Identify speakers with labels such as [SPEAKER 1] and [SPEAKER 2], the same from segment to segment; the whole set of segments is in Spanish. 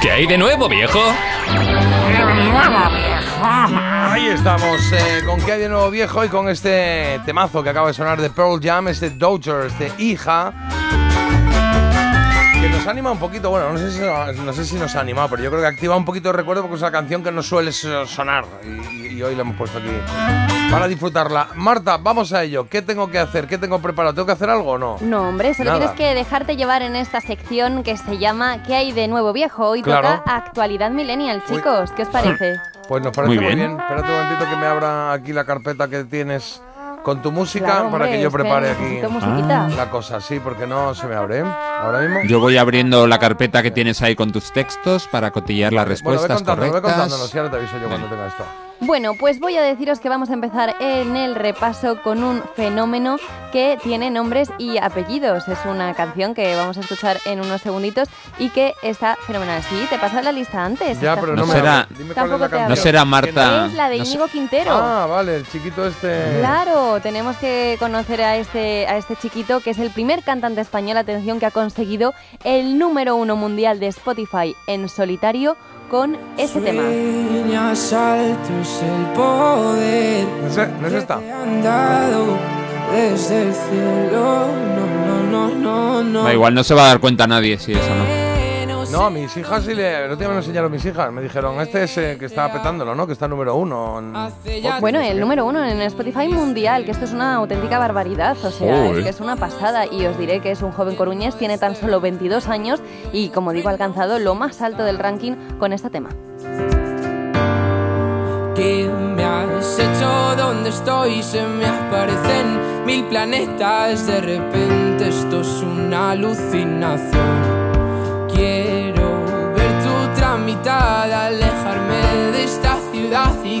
[SPEAKER 1] ¿Qué hay de nuevo, viejo?
[SPEAKER 2] Ahí estamos, eh, con qué hay de nuevo viejo y con este temazo que acaba de sonar de Pearl Jam, este Dodgers de hija. Que nos anima un poquito, bueno, no sé, si, no sé si nos ha animado, pero yo creo que activa un poquito el recuerdo porque es una canción que no suele so- sonar y, y hoy la hemos puesto aquí para disfrutarla. Marta, vamos a ello. ¿Qué tengo que hacer? ¿Qué tengo preparado? ¿Tengo que hacer algo o no?
[SPEAKER 3] No, hombre, solo
[SPEAKER 2] Nada.
[SPEAKER 3] tienes que dejarte llevar en esta sección que se llama ¿Qué hay de nuevo viejo? Hoy
[SPEAKER 2] Claro.
[SPEAKER 3] toca actualidad millennial, chicos. ¿Qué os parece?
[SPEAKER 2] Pues nos parece
[SPEAKER 1] Muy
[SPEAKER 2] muy bien.
[SPEAKER 1] bien.
[SPEAKER 2] Espérate un momentito que me abra aquí la carpeta que tienes con tu música
[SPEAKER 3] Claro,
[SPEAKER 2] para
[SPEAKER 3] hombre,
[SPEAKER 2] que yo
[SPEAKER 3] es
[SPEAKER 2] prepare aquí
[SPEAKER 3] necesito musiquita.
[SPEAKER 1] Ah.
[SPEAKER 2] la cosa. Sí, porque no se me abre. ¿eh? Ahora mismo.
[SPEAKER 1] Yo voy abriendo la carpeta que tienes ahí con tus textos para cotillar las
[SPEAKER 2] bueno, ve
[SPEAKER 1] respuestas
[SPEAKER 2] contándonos, ve contándonos.
[SPEAKER 1] correctas.
[SPEAKER 2] Ya te aviso yo cuando tenga esto.
[SPEAKER 3] Bueno, pues voy a deciros que vamos a empezar en el repaso con un fenómeno que tiene nombres y apellidos. Es una canción que vamos a escuchar en unos segunditos y que está fenomenal. Sí, te pasas la lista antes.
[SPEAKER 2] Ya,
[SPEAKER 3] está
[SPEAKER 2] pero no,
[SPEAKER 1] No
[SPEAKER 2] me
[SPEAKER 1] será-
[SPEAKER 2] abre. Dime cuál es la
[SPEAKER 3] Tampoco te abre.
[SPEAKER 2] canción.
[SPEAKER 1] No será Marta.
[SPEAKER 3] Es la de
[SPEAKER 1] no sé-
[SPEAKER 3] Íñigo Quintero.
[SPEAKER 2] Ah, vale, el chiquito este.
[SPEAKER 3] Claro, tenemos que conocer a este, a este chiquito que es el primer cantante español, atención, que ha conseguido el número uno mundial de Spotify en solitario con ese Este tema.
[SPEAKER 4] Sueñas altos el poder
[SPEAKER 2] No es, e-, no es esta.
[SPEAKER 4] que te han dado desde el cielo. No, no, no, no, no.
[SPEAKER 1] Da igual, no se va a dar cuenta nadie si esa no.
[SPEAKER 2] No, a mis hijas sí le. El otro día me lo enseñaron mis hijas. Me dijeron, este es el que está petándolo, ¿no? Que está número uno. en- pues
[SPEAKER 3] Oh, Bueno, el número uno en Spotify mundial, que esto es una auténtica barbaridad, o sea,
[SPEAKER 1] Joder.
[SPEAKER 3] es que es una pasada. Y os diré que es un joven coruñés, tiene tan solo 22 años y, como digo, ha alcanzado lo más alto del ranking con este tema.
[SPEAKER 4] que me has hecho donde estoy se me aparecen mil planetas de repente esto es una alucinación quiero ver tu tramitada alejarme de esta ciudad y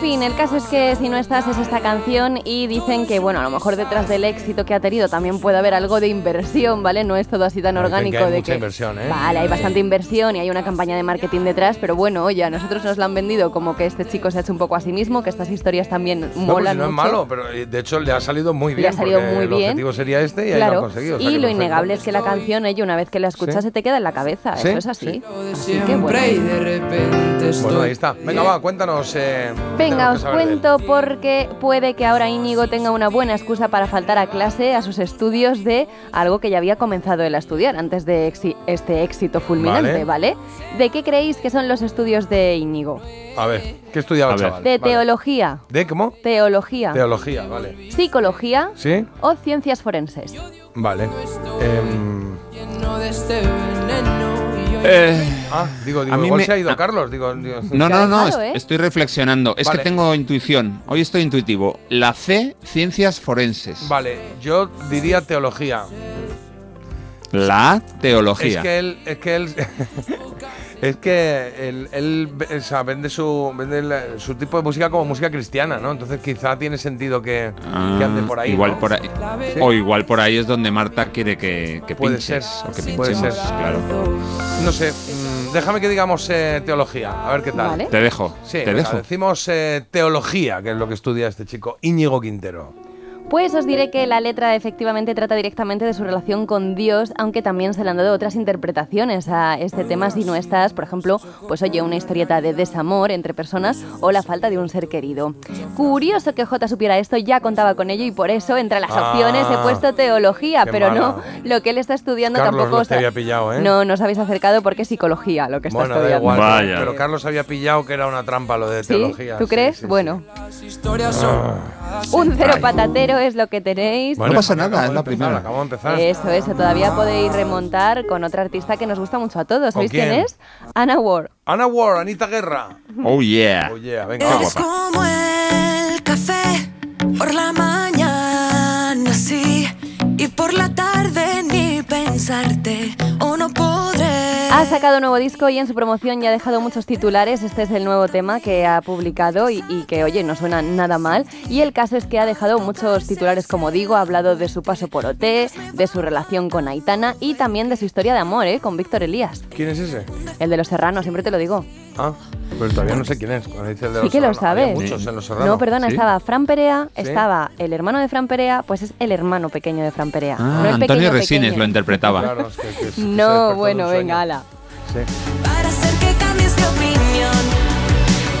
[SPEAKER 3] fin, el caso es que si no estás es esta canción y dicen que, bueno, a lo mejor detrás del éxito que ha tenido también puede haber algo de inversión, ¿vale? No es todo así tan
[SPEAKER 2] Bueno, dicen
[SPEAKER 3] orgánico
[SPEAKER 2] que hay
[SPEAKER 3] de
[SPEAKER 2] mucha
[SPEAKER 3] que...
[SPEAKER 2] inversión, ¿eh?
[SPEAKER 3] Vale, hay bastante inversión y hay una campaña de marketing detrás, pero bueno, oye, a nosotros nos la han vendido como que este chico se ha hecho un poco a sí mismo, que estas historias también
[SPEAKER 2] No, pues
[SPEAKER 3] molan
[SPEAKER 2] si no es
[SPEAKER 3] mucho.
[SPEAKER 2] malo, pero eh, de hecho le ha salido muy
[SPEAKER 3] Le
[SPEAKER 2] bien.
[SPEAKER 3] ha salido
[SPEAKER 2] porque
[SPEAKER 3] muy
[SPEAKER 2] el
[SPEAKER 3] bien.
[SPEAKER 2] objetivo sería este y ahí lo
[SPEAKER 3] claro,
[SPEAKER 2] han conseguido. o sea
[SPEAKER 3] y
[SPEAKER 2] que
[SPEAKER 3] lo
[SPEAKER 2] perfecto.
[SPEAKER 3] innegable es que la canción, ella una vez que la escuchas
[SPEAKER 2] Sí.
[SPEAKER 3] se te queda en la cabeza,
[SPEAKER 2] Sí,
[SPEAKER 3] eso es así.
[SPEAKER 2] sí.
[SPEAKER 4] Lo de
[SPEAKER 3] Así que bueno.
[SPEAKER 4] siempre y de repente estoy.
[SPEAKER 2] Bueno, Pues ahí está. Venga, va, cuéntanos. eh, qué
[SPEAKER 3] Venga,
[SPEAKER 2] tenemos que
[SPEAKER 3] os
[SPEAKER 2] saber de él.
[SPEAKER 3] cuento porque puede que ahora Íñigo tenga una buena excusa para faltar a clase, a sus estudios de algo que ya había comenzado él a estudiar antes de exi- este éxito fulminante, ¿vale? ¿De qué creéis que son los estudios de Íñigo?
[SPEAKER 2] A ver, ¿qué estudiaba,
[SPEAKER 1] A ver.
[SPEAKER 2] chaval?
[SPEAKER 3] De
[SPEAKER 2] Vale.
[SPEAKER 3] teología,
[SPEAKER 2] ¿De cómo?
[SPEAKER 3] teología,
[SPEAKER 2] Teología, vale.
[SPEAKER 3] psicología
[SPEAKER 2] ¿Sí?
[SPEAKER 3] o ciencias forenses.
[SPEAKER 2] Vale. Em,
[SPEAKER 4] lleno de este veneno y yo
[SPEAKER 1] Eh,
[SPEAKER 2] ah, digo, digo,
[SPEAKER 1] A mí
[SPEAKER 2] igual
[SPEAKER 1] me-
[SPEAKER 2] se ha ido
[SPEAKER 1] a-
[SPEAKER 2] Carlos. Digo, digo-
[SPEAKER 1] no, no, no,
[SPEAKER 3] Claro,
[SPEAKER 1] est-
[SPEAKER 3] ¿eh?
[SPEAKER 1] estoy reflexionando. Es
[SPEAKER 2] Vale.
[SPEAKER 1] que tengo intuición. Hoy estoy intuitivo. La C, ciencias forenses.
[SPEAKER 2] Vale, yo diría teología.
[SPEAKER 1] La A,
[SPEAKER 2] Es
[SPEAKER 1] teología.
[SPEAKER 2] que él. Es que él. Es que él, él, o sea, vende, su, vende la- su tipo de música como música cristiana, ¿no? Entonces quizá tiene sentido que,
[SPEAKER 1] Ah,
[SPEAKER 2] que ande por ahí.
[SPEAKER 1] Igual
[SPEAKER 2] ¿no?
[SPEAKER 1] por ahí. O igual por ahí es donde Marta quiere que, que
[SPEAKER 2] Puede
[SPEAKER 1] pinches.
[SPEAKER 2] ser,
[SPEAKER 1] O que
[SPEAKER 2] puede
[SPEAKER 1] pinchemos,
[SPEAKER 2] ser.
[SPEAKER 1] claro.
[SPEAKER 2] No sé, mm, déjame que digamos eh, teología, a ver qué tal.
[SPEAKER 3] Vale.
[SPEAKER 1] Te dejo.
[SPEAKER 2] Sí,
[SPEAKER 1] te
[SPEAKER 2] venga,
[SPEAKER 1] dejo.
[SPEAKER 2] decimos eh, teología, que es lo que estudia este chico, Íñigo Quintero.
[SPEAKER 3] Pues os diré que la letra efectivamente trata directamente de su relación con Dios, aunque también se le han dado otras interpretaciones a este tema si no estás, por ejemplo, pues oye, una historieta de desamor entre personas o la falta de un ser querido. Curioso que J supiera esto, ya contaba con ello y por eso entre las
[SPEAKER 2] Ah,
[SPEAKER 3] opciones he puesto teología,
[SPEAKER 2] qué
[SPEAKER 3] pero no
[SPEAKER 2] mala.
[SPEAKER 3] lo que él está estudiando
[SPEAKER 2] Carlos,
[SPEAKER 3] tampoco
[SPEAKER 2] no te
[SPEAKER 3] os-
[SPEAKER 2] había pillado, ¿eh?
[SPEAKER 3] No, no os habéis acercado porque es psicología lo que está
[SPEAKER 2] Bueno, da
[SPEAKER 3] estudiando.
[SPEAKER 2] igual,
[SPEAKER 1] Vaya.
[SPEAKER 2] pero- pero Carlos había pillado que era una trampa lo de
[SPEAKER 3] ¿Sí?
[SPEAKER 2] teología.
[SPEAKER 3] ¿Tú
[SPEAKER 2] sí,
[SPEAKER 3] crees?
[SPEAKER 2] sí, Ah, sí.
[SPEAKER 3] bueno,
[SPEAKER 4] historias son
[SPEAKER 3] un cero patatero es lo que tenéis.
[SPEAKER 1] Bueno, pasa nada,
[SPEAKER 2] acabo
[SPEAKER 1] es
[SPEAKER 2] de
[SPEAKER 1] la
[SPEAKER 2] empezar,
[SPEAKER 1] primera.
[SPEAKER 2] Acabo de empezar.
[SPEAKER 3] Eso, eso. Todavía podéis remontar con otra artista que nos gusta mucho a todos.
[SPEAKER 2] ¿Con
[SPEAKER 3] ¿Sabéis quién?
[SPEAKER 2] quién?
[SPEAKER 3] es? Ana Ward.
[SPEAKER 2] Ana Ward, Anita Guerra.
[SPEAKER 1] Oh yeah.
[SPEAKER 2] Oye, venga,
[SPEAKER 1] Ah,
[SPEAKER 5] Eres
[SPEAKER 1] guapa.
[SPEAKER 5] como el café por la mañana, sí, y por la tarde ni pensarte, o no podré
[SPEAKER 3] Ha sacado un nuevo disco y en su promoción ya ha dejado muchos titulares. Este es el nuevo tema que ha publicado y, y que, oye, no suena nada mal. Y el caso es que ha dejado muchos titulares, como digo, ha hablado de su paso por OT, de su relación con Aitana y también de su historia de amor, ¿eh? Con Víctor Elías,
[SPEAKER 2] ¿Quién es ese?
[SPEAKER 3] el de Los Serranos, siempre te lo digo.
[SPEAKER 2] Ah, pero todavía no sé quién es. Cuando dice el de
[SPEAKER 3] Sí
[SPEAKER 2] los
[SPEAKER 3] que lo
[SPEAKER 2] Serrano. Había
[SPEAKER 3] sabes.
[SPEAKER 2] muchos en los serranos.
[SPEAKER 3] No, perdona,
[SPEAKER 1] ¿Sí?
[SPEAKER 3] estaba Fran Perea,
[SPEAKER 2] Sí.
[SPEAKER 3] estaba el hermano de Fran Perea, pues es el hermano pequeño de Fran Perea.
[SPEAKER 1] Ah,
[SPEAKER 3] No es
[SPEAKER 1] Antonio
[SPEAKER 3] pequeño,
[SPEAKER 1] Resines
[SPEAKER 3] pequeño.
[SPEAKER 1] lo interpretaba.
[SPEAKER 2] Claro, es que- que- que se despertó
[SPEAKER 3] No,
[SPEAKER 2] de
[SPEAKER 3] bueno,
[SPEAKER 2] un sueño.
[SPEAKER 3] venga, ala.
[SPEAKER 2] Sí.
[SPEAKER 5] Para hacer que cambies de opinión.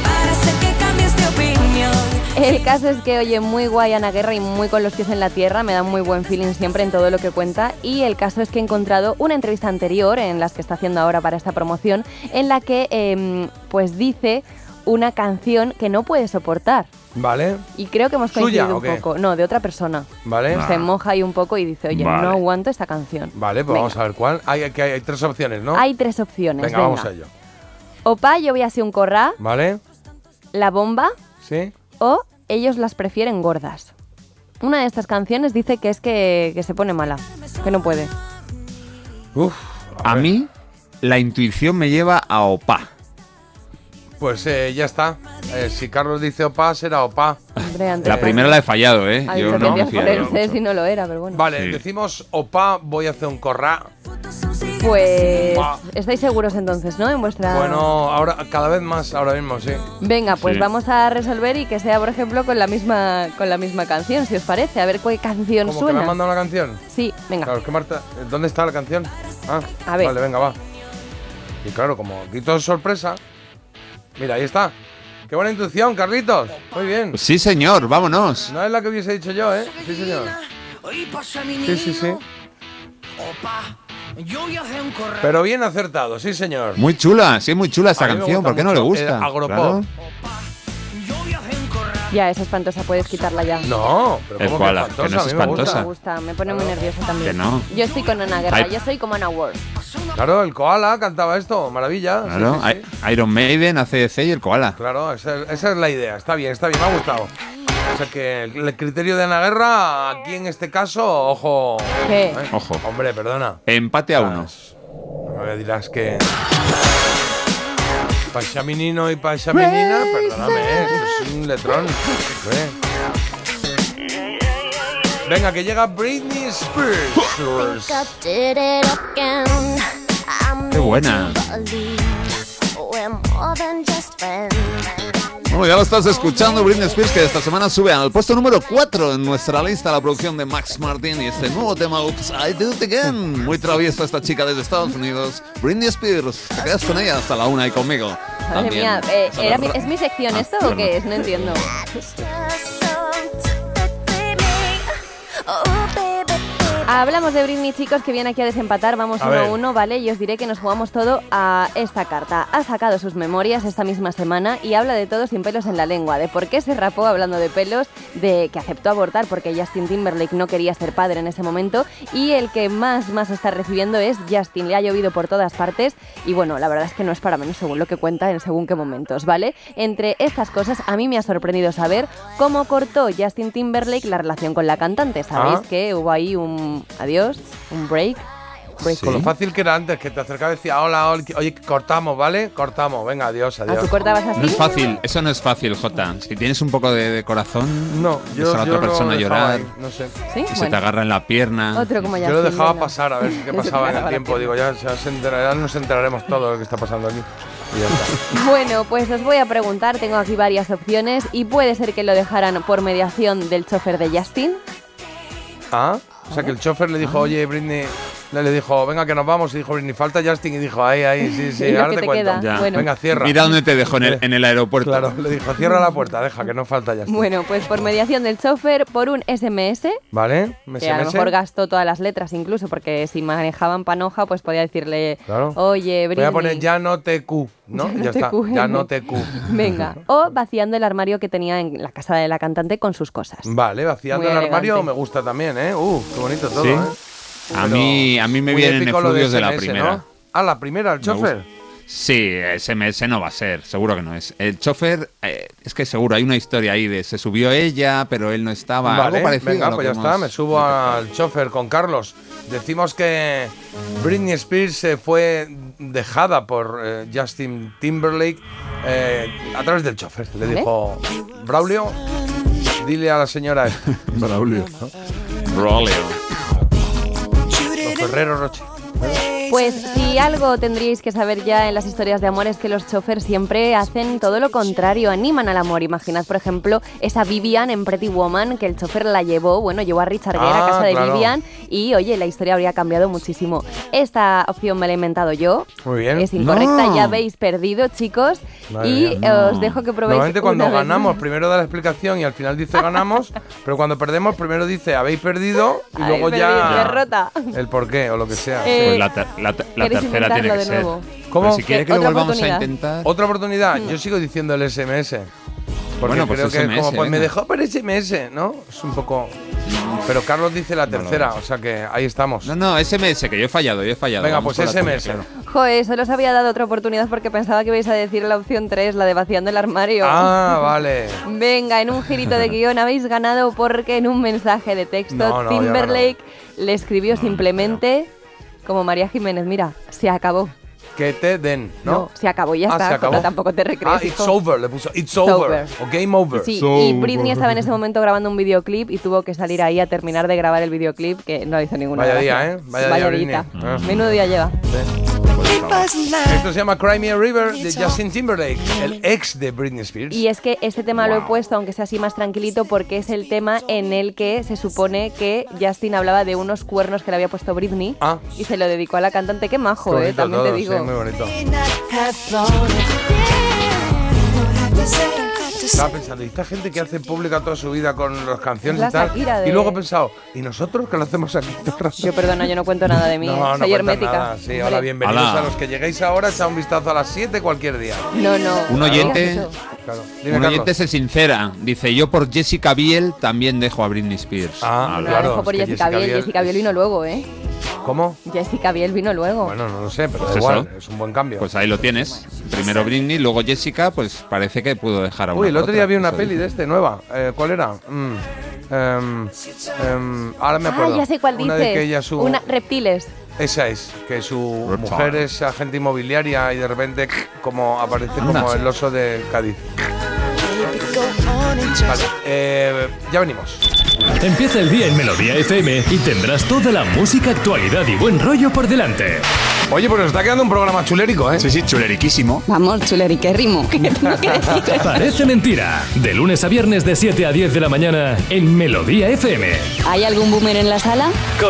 [SPEAKER 5] Para hacer que cambies de opinión.
[SPEAKER 3] El caso es que, oye, muy guay Ana Guerra y muy con los pies en la tierra, me da muy buen feeling siempre en todo lo que cuenta. Y el caso es que he encontrado una entrevista anterior, en las que está haciendo ahora para esta promoción, en la que em, pues dice una canción que no puede soportar.
[SPEAKER 2] Vale,
[SPEAKER 3] Y creo que hemos
[SPEAKER 2] ¿Suya
[SPEAKER 3] coincidido
[SPEAKER 2] o
[SPEAKER 3] un
[SPEAKER 2] qué?
[SPEAKER 3] poco. No, de otra persona.
[SPEAKER 2] vale.
[SPEAKER 1] Ah.
[SPEAKER 3] Se moja ahí un poco y dice, oye,
[SPEAKER 1] Vale.
[SPEAKER 3] no aguanto esta canción.
[SPEAKER 2] Vale, pues
[SPEAKER 3] Venga.
[SPEAKER 2] vamos a ver cuál. Hay, que hay, hay tres opciones, ¿no?
[SPEAKER 3] Hay tres opciones.
[SPEAKER 2] venga,
[SPEAKER 3] Venga,
[SPEAKER 2] vamos a ello.
[SPEAKER 3] Opa, yo voy así un corra,
[SPEAKER 2] ¿Vale?
[SPEAKER 3] la bomba
[SPEAKER 2] ¿Sí?
[SPEAKER 3] o ellos las prefieren gordas. Una de estas canciones dice que es que, que se pone mala, que no puede.
[SPEAKER 2] Uf.
[SPEAKER 1] A
[SPEAKER 2] ver.
[SPEAKER 1] mí la intuición me lleva a OPA.
[SPEAKER 2] Pues eh, ya está. Eh, si Carlos dice opa, será opa.
[SPEAKER 3] Hombre,
[SPEAKER 2] Eh,
[SPEAKER 3] antes
[SPEAKER 1] La
[SPEAKER 3] de-
[SPEAKER 1] primera la he fallado, ¿eh?
[SPEAKER 3] ha dicho
[SPEAKER 1] Yo
[SPEAKER 3] que
[SPEAKER 1] no me
[SPEAKER 3] Dios
[SPEAKER 1] fío.
[SPEAKER 3] por el ser si no lo era, pero bueno.
[SPEAKER 2] Vale,
[SPEAKER 1] Sí.
[SPEAKER 2] decimos opa, voy a hacer un corra.
[SPEAKER 3] Pues
[SPEAKER 2] Buah.
[SPEAKER 3] estáis seguros entonces, ¿no? En vuestra...
[SPEAKER 2] Bueno, ahora cada vez más, ahora mismo, sí.
[SPEAKER 3] Venga, pues
[SPEAKER 1] Sí.
[SPEAKER 3] vamos a resolver y que sea, por ejemplo, con la misma con la misma canción, si os parece. A ver qué canción
[SPEAKER 2] Como que me
[SPEAKER 3] suena.
[SPEAKER 2] han mandado una canción.
[SPEAKER 3] Sí, venga.
[SPEAKER 2] Claro, es que Marta, eh, ¿dónde está la canción? Ah,
[SPEAKER 3] A ver.
[SPEAKER 2] Vale, venga, va. Y claro, como grito de sorpresa. Mira, ahí está. Qué buena intuición, Carlitos. Muy bien.
[SPEAKER 1] Sí, señor, vámonos.
[SPEAKER 2] No es la que hubiese dicho yo, ¿eh? Sí, señor. Eh. Sí, sí, sí. Pero bien acertado, sí, señor.
[SPEAKER 1] Muy chula, sí, es muy chula esta
[SPEAKER 2] A mí me
[SPEAKER 1] canción.
[SPEAKER 2] gusta
[SPEAKER 1] ¿Por qué no le
[SPEAKER 2] mucho, eh,
[SPEAKER 1] gusta?
[SPEAKER 2] Agropop.
[SPEAKER 1] Claro.
[SPEAKER 3] Ya, es espantosa, puedes quitarla ya.
[SPEAKER 2] No, pero
[SPEAKER 1] Es
[SPEAKER 2] como
[SPEAKER 1] cuala,
[SPEAKER 2] que
[SPEAKER 1] que
[SPEAKER 2] espantosa,
[SPEAKER 1] no es
[SPEAKER 2] a mí me gusta.
[SPEAKER 1] espantosa.
[SPEAKER 3] Me gusta, me pone muy nerviosa también.
[SPEAKER 1] Que no.
[SPEAKER 3] Yo estoy con Ana Guerra,
[SPEAKER 1] Ay.
[SPEAKER 3] yo soy como Ana Ward.
[SPEAKER 2] Claro, el koala cantaba esto, maravilla. Sí,
[SPEAKER 1] Claro,
[SPEAKER 2] sí, sí.
[SPEAKER 1] I- Iron Maiden, ACDC y el Koala.
[SPEAKER 2] Claro, esa, esa es la idea. Está bien, está bien, me ha gustado. O sea que el el criterio de Ana Guerra, aquí en este caso, ojo. eh.
[SPEAKER 3] ¿Qué?
[SPEAKER 1] Ojo.
[SPEAKER 2] Hombre, perdona.
[SPEAKER 1] Empate a uno.
[SPEAKER 2] No me dirás que. Pa' chaminino y pa' chaminina, perdóname, ¿eh? Esto es un letrón. eh. Hombre. Venga, que llega Britney Spears.
[SPEAKER 6] I did it again. I'm
[SPEAKER 1] Qué buena.
[SPEAKER 6] believe we're more than just friends.
[SPEAKER 1] Bueno, Oh, ya lo estás escuchando, Britney Spears, que esta semana sube al puesto número 4 en nuestra lista la producción de Max Martin y este nuevo tema, Oops, I Did It Again. Muy traviesa esta chica desde Estados Unidos, Britney Spears. Te quedas con ella hasta la una y conmigo.
[SPEAKER 3] Madre
[SPEAKER 1] también.
[SPEAKER 3] mía, eh,
[SPEAKER 1] Sale
[SPEAKER 3] era mi-
[SPEAKER 1] ra-
[SPEAKER 3] ¿es mi sección
[SPEAKER 1] Ah,
[SPEAKER 3] esto o
[SPEAKER 1] perdón.
[SPEAKER 3] qué es? No entiendo.
[SPEAKER 6] It's just something that they make. Oh, baby, baby.
[SPEAKER 3] Hablamos de Britney, chicos, que viene aquí a desempatar. Vamos
[SPEAKER 2] A
[SPEAKER 3] uno a
[SPEAKER 2] ver.
[SPEAKER 3] uno, ¿vale? Y os diré que nos jugamos todo a esta carta. Ha sacado sus memorias esta misma semana y habla de todo sin pelos en la lengua. De por qué se rapó hablando de pelos, de que aceptó abortar porque Justin Timberlake no quería ser padre en ese momento. Y el que más, más está recibiendo es Justin. Le ha llovido por todas partes. Y bueno, la verdad es que no es para menos según lo que cuenta en según qué momentos, ¿vale? Entre estas cosas, a mí me ha sorprendido saber cómo cortó Justin Timberlake la relación con la cantante. ¿Sabéis
[SPEAKER 2] Ah.
[SPEAKER 3] que hubo ahí un adiós, un break. break
[SPEAKER 1] Sí.
[SPEAKER 2] Con lo fácil que era antes, que te acercabas y decías, hola, hola, oye, cortamos, ¿vale? Cortamos, venga, adiós,
[SPEAKER 3] ¿A
[SPEAKER 2] adiós.
[SPEAKER 3] tu Ah, cortabas
[SPEAKER 1] No es
[SPEAKER 3] así?
[SPEAKER 1] fácil, eso no es fácil, Jota. Si tienes un poco de, de corazón,
[SPEAKER 2] No,
[SPEAKER 1] ves
[SPEAKER 2] yo,
[SPEAKER 1] a la
[SPEAKER 2] yo
[SPEAKER 1] otra persona
[SPEAKER 2] lo dejaba
[SPEAKER 1] llorar,
[SPEAKER 2] ahí, no sé.
[SPEAKER 3] Sí,
[SPEAKER 1] y se te
[SPEAKER 3] bueno.
[SPEAKER 1] agarra en la pierna.
[SPEAKER 3] Otro como ya.
[SPEAKER 2] Yo lo dejaba pasar a ver qué pasaba en el tiempo. Digo, ya, ya se entera- ya nos enteraremos todo de lo que está pasando aquí. Y ya está.
[SPEAKER 3] Bueno, pues os voy a preguntar, tengo aquí varias opciones y puede ser que lo dejaran por mediación del chofer de Justin.
[SPEAKER 2] Ah, o sea que el chofer le dijo,
[SPEAKER 3] Ah.
[SPEAKER 2] oye, Britney, le, le dijo, venga que nos vamos. Y dijo, Britney, falta Justin. Y dijo, ahí, ahí, sí, sí,
[SPEAKER 3] Y lo
[SPEAKER 2] ahora
[SPEAKER 3] que
[SPEAKER 2] te
[SPEAKER 3] te
[SPEAKER 2] cuento.
[SPEAKER 3] queda. Bueno.
[SPEAKER 2] Venga, cierra.
[SPEAKER 1] Mira dónde te dejó en el, en el aeropuerto.
[SPEAKER 2] Claro, le dijo, cierra la puerta, deja que no falta Justin.
[SPEAKER 3] Bueno, pues por mediación del chofer, por un SMS,
[SPEAKER 2] ¿Vale? ¿Me
[SPEAKER 3] que a lo
[SPEAKER 2] SMS?
[SPEAKER 3] mejor gastó todas las letras incluso, porque si manejaban panoja, pues podía decirle,
[SPEAKER 2] Claro.
[SPEAKER 3] oye,
[SPEAKER 2] Voy
[SPEAKER 3] Britney.
[SPEAKER 2] a poner ya no te Q, ¿no?
[SPEAKER 3] Ya no
[SPEAKER 2] ya
[SPEAKER 3] te
[SPEAKER 2] está,
[SPEAKER 3] Q,
[SPEAKER 2] ya
[SPEAKER 3] ¿no?
[SPEAKER 2] no te Q.
[SPEAKER 3] Venga, o vaciando el armario que tenía en la casa de la cantante con sus cosas.
[SPEAKER 2] Vale, vaciando
[SPEAKER 3] Muy
[SPEAKER 2] el armario
[SPEAKER 3] elegante.
[SPEAKER 2] me gusta también, ¿eh? Uh, qué bonito todo,
[SPEAKER 1] ¿Sí?
[SPEAKER 2] ¿eh?
[SPEAKER 1] A mí, a mí me
[SPEAKER 2] Muy
[SPEAKER 1] vienen
[SPEAKER 2] épico lo
[SPEAKER 1] estudios de la
[SPEAKER 2] SMS,
[SPEAKER 1] primera.
[SPEAKER 2] ¿no? Ah, la primera, el chofer.
[SPEAKER 1] gusta. Sí, SMS no va a ser, seguro que no es. El chofer, eh, es que seguro, hay una historia ahí de se subió ella, pero él no estaba. algo parecido. a
[SPEAKER 2] venga,
[SPEAKER 1] lo
[SPEAKER 2] pues
[SPEAKER 1] que
[SPEAKER 2] ya está,
[SPEAKER 1] hemos-
[SPEAKER 2] me subo al chofer con Carlos. Decimos que Britney Spears se fue dejada por eh, Justin Timberlake eh, a través del chofer. Le
[SPEAKER 3] ¿Vale?
[SPEAKER 2] dijo, Braulio, dile a la señora esto".
[SPEAKER 1] Braulio. Braulio.
[SPEAKER 2] Los Ferrero Roche.
[SPEAKER 3] Pues si algo tendríais que saber ya en las historias de amor es que los chofers siempre hacen todo lo contrario, animan al amor. Imaginad, por ejemplo, esa Vivian en Pretty Woman que el chofer la llevó, bueno, llevó a Richard Gere
[SPEAKER 2] Ah,
[SPEAKER 3] a casa de
[SPEAKER 2] claro.
[SPEAKER 3] Vivian y, oye, la historia habría cambiado muchísimo. Esta opción me la he inventado yo.
[SPEAKER 2] Muy bien.
[SPEAKER 3] Es incorrecta,
[SPEAKER 1] No.
[SPEAKER 3] ya habéis perdido, chicos.
[SPEAKER 2] Madre
[SPEAKER 3] y eh,
[SPEAKER 2] mía.
[SPEAKER 3] os dejo que probéis.
[SPEAKER 2] Normalmente cuando
[SPEAKER 3] una vez
[SPEAKER 2] ganamos,
[SPEAKER 3] más.
[SPEAKER 2] primero da la explicación y al final dice ganamos, pero cuando perdemos, primero dice habéis perdido y
[SPEAKER 3] Habéis
[SPEAKER 2] luego
[SPEAKER 3] perdido,
[SPEAKER 2] ya
[SPEAKER 3] derrota.
[SPEAKER 2] el porqué o lo que sea.
[SPEAKER 3] Eh,
[SPEAKER 1] Pues la, ter- la ter- la
[SPEAKER 3] ¿queréis
[SPEAKER 1] tercera tiene
[SPEAKER 3] intentarlo
[SPEAKER 1] que
[SPEAKER 3] de
[SPEAKER 1] ser.
[SPEAKER 3] nuevo?
[SPEAKER 2] ¿Cómo?
[SPEAKER 1] Pero si quiere que lo
[SPEAKER 3] Otra
[SPEAKER 1] volvamos a
[SPEAKER 3] oportunidad.
[SPEAKER 1] intentar.
[SPEAKER 2] Otra oportunidad, yo sigo diciendo el SMS. Porque
[SPEAKER 1] Bueno, pues
[SPEAKER 2] creo que es como,
[SPEAKER 1] SMS,
[SPEAKER 2] pues me
[SPEAKER 1] venga.
[SPEAKER 2] dejó por SMS, ¿no? Es un poco. Pero Carlos dice la tercera, o sea que ahí estamos.
[SPEAKER 1] No, no, SMS, que yo he fallado, yo he fallado.
[SPEAKER 2] Venga,
[SPEAKER 1] Vamos
[SPEAKER 2] pues
[SPEAKER 1] por la tuya,
[SPEAKER 2] SMS.
[SPEAKER 1] claro.
[SPEAKER 3] Joder, solo os había dado otra oportunidad porque pensaba que ibais a decir la opción 3, la de vaciando el armario.
[SPEAKER 2] Ah, vale.
[SPEAKER 3] Venga, en un girito de guión habéis ganado porque en un mensaje de texto
[SPEAKER 2] No, no, ya
[SPEAKER 3] Timberlake le escribió simplemente como María Jiménez, mira, se acabó.
[SPEAKER 2] Que te den,
[SPEAKER 3] No,
[SPEAKER 2] ¿no?
[SPEAKER 3] se acabó, ya
[SPEAKER 2] Ah,
[SPEAKER 3] está.
[SPEAKER 2] se acabó.
[SPEAKER 3] Jota, tampoco te recrees.
[SPEAKER 2] Ah, it's
[SPEAKER 3] hijo.
[SPEAKER 2] over, le puso it's
[SPEAKER 3] It's
[SPEAKER 2] over.
[SPEAKER 3] over.
[SPEAKER 2] O game over.
[SPEAKER 3] Sí, y Britney estaba en ese momento grabando un videoclip y tuvo que salir ahí a terminar de grabar el videoclip que no hizo ninguna
[SPEAKER 2] Vaya
[SPEAKER 3] gracia.
[SPEAKER 2] día, ¿eh? Vaya día,
[SPEAKER 3] dita.
[SPEAKER 2] Britney. Ah.
[SPEAKER 3] Menudo día lleva.
[SPEAKER 2] Esto se llama Cry Me a River de Justin Timberlake, el ex de Britney Spears.
[SPEAKER 3] Y es que este tema lo he puesto, aunque sea así más tranquilito, porque es el tema en el que se supone que Justin hablaba de unos cuernos que le había puesto Britney
[SPEAKER 2] Ah.
[SPEAKER 3] y se lo dedicó a la cantante. Qué majo,
[SPEAKER 2] Qué
[SPEAKER 3] eh,
[SPEAKER 2] bonito
[SPEAKER 3] también te
[SPEAKER 2] todo,
[SPEAKER 3] digo.
[SPEAKER 2] sí, muy bonito. Estaba pensando, ¿y esta gente que hace pública toda su vida con las canciones
[SPEAKER 3] La
[SPEAKER 2] y tal?
[SPEAKER 3] Shakira de-
[SPEAKER 2] Y luego he pensado, ¿y nosotros que lo hacemos aquí todo el rato?
[SPEAKER 3] yo perdona, yo no cuento nada de mí, eh,
[SPEAKER 2] no, no
[SPEAKER 3] soy
[SPEAKER 2] cuentas
[SPEAKER 3] hermética.
[SPEAKER 2] nada. Sí,
[SPEAKER 3] Vale.
[SPEAKER 2] hola, bienvenidos
[SPEAKER 1] Hola.
[SPEAKER 2] a los que lleguéis ahora. Echa un vistazo a las 7 cualquier día.
[SPEAKER 3] No, no.
[SPEAKER 1] Un
[SPEAKER 3] ¿qué
[SPEAKER 1] oyente-
[SPEAKER 3] has hecho?
[SPEAKER 2] Claro. Dime,
[SPEAKER 1] Un
[SPEAKER 2] Carlos.
[SPEAKER 1] oyente se sincera. Dice, yo por Jessica Biel también dejo a Britney Spears.
[SPEAKER 2] Ah,
[SPEAKER 1] Vale.
[SPEAKER 3] No,
[SPEAKER 2] claro,
[SPEAKER 3] dejo por
[SPEAKER 2] es que
[SPEAKER 3] Jessica
[SPEAKER 2] Jessica
[SPEAKER 3] Biel.
[SPEAKER 2] Biel
[SPEAKER 3] Jessica Biel
[SPEAKER 2] es-
[SPEAKER 3] vino luego, ¿eh?
[SPEAKER 2] ¿Cómo?
[SPEAKER 3] Jessica Biel vino luego.
[SPEAKER 2] Bueno, no lo sé, pero
[SPEAKER 1] Pues
[SPEAKER 2] da igual,
[SPEAKER 1] eso.
[SPEAKER 2] es un buen cambio.
[SPEAKER 1] Pues ahí lo tienes. Primero Britney, luego Jessica, pues parece que pudo dejar a una
[SPEAKER 2] Uy, el
[SPEAKER 1] por
[SPEAKER 2] otro día
[SPEAKER 1] otra,
[SPEAKER 2] vi una
[SPEAKER 1] eso
[SPEAKER 2] peli
[SPEAKER 1] dice.
[SPEAKER 2] de este, nueva. Eh, ¿Cuál era? Mm, em, em, ahora me
[SPEAKER 3] ah,
[SPEAKER 2] acuerdo.
[SPEAKER 3] ya sé cuál
[SPEAKER 2] Una
[SPEAKER 3] dices.
[SPEAKER 2] de que ella su...
[SPEAKER 3] Una- reptiles.
[SPEAKER 2] Esa es, que su
[SPEAKER 1] Reptile.
[SPEAKER 2] mujer es agente inmobiliaria y de repente como aparece
[SPEAKER 1] Anda.
[SPEAKER 2] como el oso de Cádiz. Vale, eh, ya venimos.
[SPEAKER 7] Empieza el día en Melodía FM y tendrás toda la música, actualidad y buen rollo por delante.
[SPEAKER 2] Oye, pues nos está quedando un programa chulérico, ¿eh?
[SPEAKER 8] Sí, sí, chuleriquísimo.
[SPEAKER 9] Vamos, chuleriquérrimo. ¿Qué tengo que decir?
[SPEAKER 7] Parece mentira. De lunes a viernes de 7 a 10 de la mañana en Melodía FM.
[SPEAKER 9] ¿Hay algún boomer en la sala?